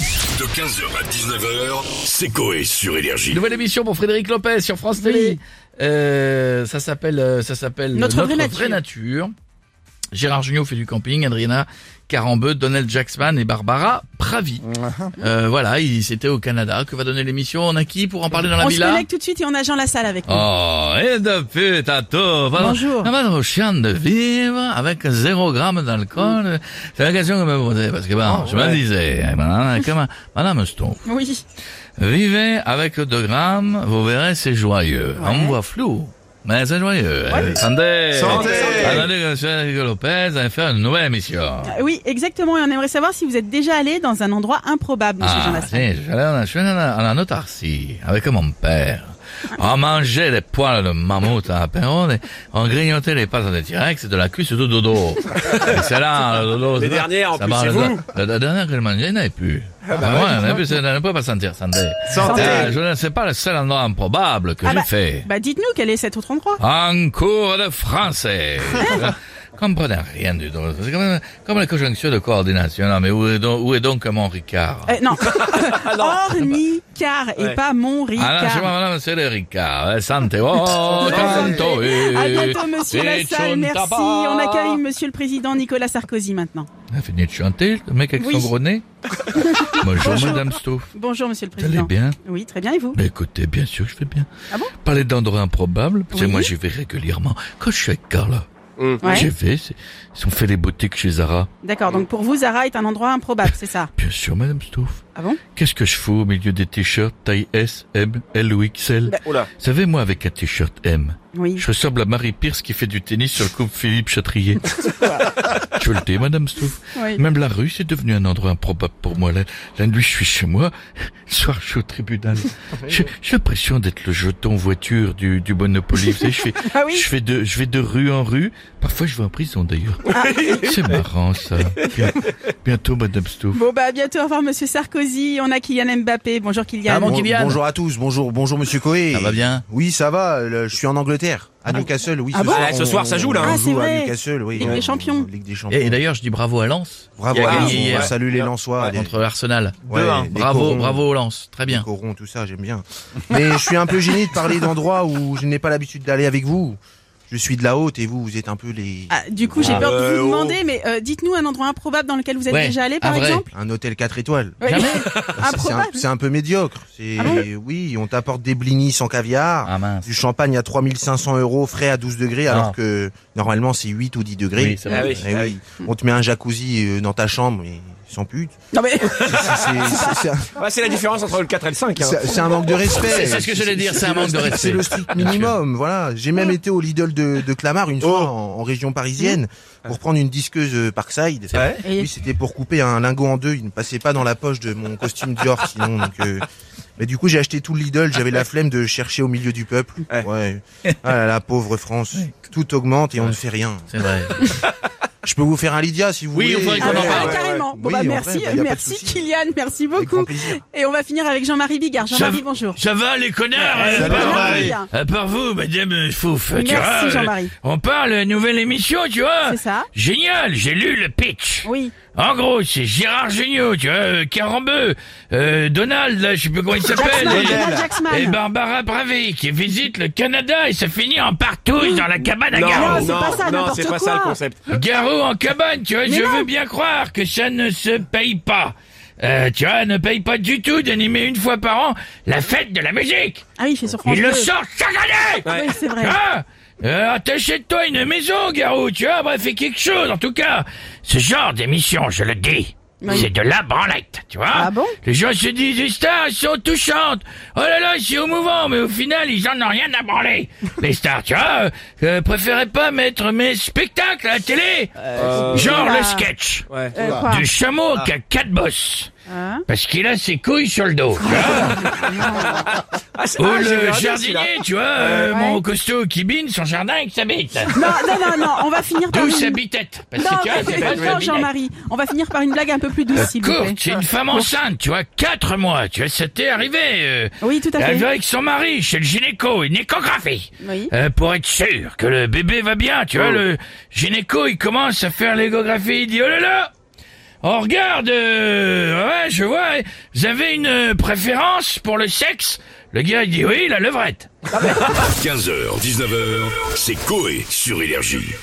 De 15h à 19h, c'est Coé sur Énergie. Nouvelle émission pour Frédéric Lopez sur France Télé. Euh, ça s'appelle, euh, ça s'appelle Notre vraie nature. nature. Gérard Jugnot fait du camping, Adriana Carambeu, Donald Jacksman et Barbara Pravi. Uh-huh. Euh, voilà, ils c'était au Canada. Que va donner l'émission On a qui pour en parler dans la on se villa connecte tout de suite et on a Jean Lassalle avec nous. Oh, et de pute à tout. Va- Bonjour. va au chien de vivre avec zéro gramme Mm. d'alcool. C'est la question que me posez, parce que ben, Ah, je me disais, eh, madame, comment- madame Stomp, Oui. Vivez avec 2 grammes, vous verrez, c'est joyeux. On voit flou, mais c'est joyeux. Attendez, Santé. Attendez que monsieur Enrico Lopez va faire une nouvelle émission. Euh, Oui, exactement. Et on aimerait savoir si vous êtes déjà allé dans un endroit improbable, monsieur Jean Ah, Lassalle. si, je suis allé en- je suis allé en en autarcie avec mon père. On mangeait les poils de mammouth à l'apéro, et on grignotait les pattes de T-Rex et de la cuisse de dodo. Et c'est là, le dodo. Les c'est là. dernières, en Ça plus, va, c'est le- vous. La, la dernière que je mangeais, il n'y avait plus. Ah bah ouais, on ne peut pas sentir, Santé. Santé. Ah, je ne sais pas le seul endroit improbable que Ah j'ai bah- fait. Bah dites-nous quel est cet autre endroit. En cours de français. Je Comprenez rien du tout. C'est comme, comme la conjonction de coordination. Non, mais où est donc, où est donc mon Ricard Euh, non. Ornicard et Ouais. pas Montricard. Ah non, je vois, madame, c'est le Ricard. Eh, Santé, oh, canto, eh, À bientôt, monsieur et Lassalle. chon Merci. tabac. On accueille monsieur le président Nicolas Sarkozy maintenant. On a fini eh. Ah, de chanter, le mec avec son Oui. gros nez. Bonjour, madame Stouff. Bonjour, monsieur le Vous allez président. bien Oui, très bien. Et vous Mais écoutez, bien sûr, je vais bien. Ah bon Parler d'endroits improbables, parce que Oui. moi j'y vais régulièrement. Quand je suis avec Carla, Mmh. j'y Ouais. vais, c'est- on fait les boutiques chez Zara. D'accord. Donc pour vous, Zara est un endroit improbable, c'est ça Bien sûr, Madame Stouff. Ah bon Qu'est-ce que je fous au milieu des t-shirts taille S, M, L ou XL Bah- Oh Oula. Savez, moi, avec un t-shirt M, Oui. je ressemble à Marie Pierce qui fait du tennis sur le couple Philippe Chatrier. tu veux le thé, Madame Stouff Oui. Même la rue, c'est devenu un endroit improbable pour moi. La, la nuit, je suis chez moi. Le soir, je suis au tribunal. J'ai j'ai l'impression d'être le jeton voiture du, du Monopoly. Vous savez, je fais, Ah oui. je fais de, je vais de rue en rue. Parfois, je vais en prison, d'ailleurs. C'est marrant, ça. Bien- bientôt, Madame Stouff. Bon bah à bientôt, au revoir Monsieur Sarkozy, on a Kylian Mbappé, bonjour Kylian. Ah, bon, Hein, Bon- Kylian. bonjour à tous, bonjour, bonjour Monsieur Coé. Ça va bien Oui, ça va. le- je suis en Angleterre, à Newcastle. Oui, Ah bon on- Ce soir, ça joue, là, on hein. Ah, c'est joue à vrai. Newcastle, oui. Ligue des Ouais, champions. Ligue des champions. Et, d'ailleurs, je dis bravo à Lens Bravo. Il y a à gagné vous, on hier. salue les Lensois. les- contre Arsenal. ouais, les Bravo, corons, bravo aux Lens. Très les bien. corons, tout ça, j'aime bien. Mais je suis un peu gêné de parler d'endroits où je n'ai pas l'habitude d'aller avec vous. Je suis de la haute et vous, vous êtes un peu les. Ah, du coup j'ai Ah, peur de euh, vous oh. demander, mais euh, dites-nous un endroit improbable dans lequel vous êtes Ouais, déjà allé par ah, vrai. exemple Un hôtel 4 étoiles. Oui. Jamais. C'est- C'est un, Improbable c'est un peu médiocre. C'est Ah oui, on t'apporte des blinis sans caviar. Ah mince. du champagne à 3500 euros frais à 12 degrés alors Ah. que normalement c'est 8 ou 10 degrés. Oui, c'est vrai. Ah oui. Eh oui. On te met un jacuzzi euh, dans ta chambre mais sans pute. Non mais C'est- c'est- C'est c'est un- Bah, c'est la différence entre le 4 et le 5. Hein. c'est- c'est un manque de respect. C'est c'est ce que j'allais dire, c'est un manque de C'est respect. le strict minimum, voilà. J'ai même été au Lidl de, de Clamart une Oh. fois en, en région parisienne Mmh. pour prendre une disqueuse euh, Parkside. vrai. Oui, c'était pour couper un lingot en deux. Il ne passait pas dans la poche de mon costume Dior, sinon. Donc, euh, Mais du coup, j'ai acheté tout le Lidl. J'avais la flemme de chercher au milieu du peuple. Ouais. Ouais. Ah là là, pauvre France. Tout augmente et on ne fait rien. C'est vrai. Je peux vous faire un Lydia si vous Oui, on ferait voulez. Ah, qu'on en bah, parle. carrément. Bon Oui, bah en merci, vrai, bah, y a pas de merci souci. Kylian, merci Avec grand beaucoup. plaisir. Et on va finir avec Jean-Marie Bigard. Jean-Marie, Ça- bonjour. Ça va les connards euh, Ça va, par- Jean-Marie. euh, À part vous, madame Fouf, tu vois, Merci euh, Jean-Marie. on parle euh, nouvelle émission, tu vois C'est ça Génial, j'ai lu le pitch. Oui. En gros, c'est Gérard Géniaud, tu vois, euh, Carambeu, euh, Donald, là, je sais plus comment il s'appelle, Jacksman, et- Donald Jacksman. et, Barbara Bravi qui visite le Canada et se finit en partouille dans la cabane à Garou. c'est pas ça, non, n'importe c'est pas quoi. ça le concept. Garou en cabane, tu vois, je non. veux bien croire que ça ne se paye pas. Euh, tu vois, ne paye pas du tout d'animer une fois par an la fête de la musique. Ah oui, il fait sur France Ils le deux. sortent chaque année Ah Oui, c'est vrai. Hein Euh, Attachez-toi une maison, Garou, tu vois, bref, fais quelque chose, en tout cas. Ce genre d'émission, je le dis. Oui. C'est de la branlette, tu vois. Ah bon Les gens se disent, les stars, elles sont touchantes. Oh là là, c'est émouvant, mais au final, ils en ont rien à branler. les stars, tu vois, euh, préférez pas mettre mes spectacles à la télé. genre bah. le sketch. Euh. Ouais. Euh, quoi Du chameau Ah. qui a quatre bosses. Hein Parce qu'il a ses couilles sur le dos. tu vois. Ah, c'est- Ou ah, j'ai vu Oh, le un jardinier, tu vois, euh, mon costaud qui bine son jardin avec sa bite. Non, non, non, non, on va finir par D'où sa une... bitette. Parce Non, que tu vois, c'est pas sa non, binette. Jean-Marie, on va finir par une blague un peu plus douce, s'il vous plaît. Courte, c'est une femme enceinte, tu vois, quatre mois, tu vois, ça t'est arrivé. euh, Oui, tout à elle fait. va avec son mari chez le gynéco, une échographie. Oui. Euh, pour être sûr que le bébé va bien, tu vois, le gynéco, il commence à faire l'échographie, il dit, oh là là, Oh, regarde, euh, ouais, je vois, vous avez une euh, préférence pour le sexe Le gars, il dit oui, la levrette. 15h, 19h, c'est Coé sur Énergie.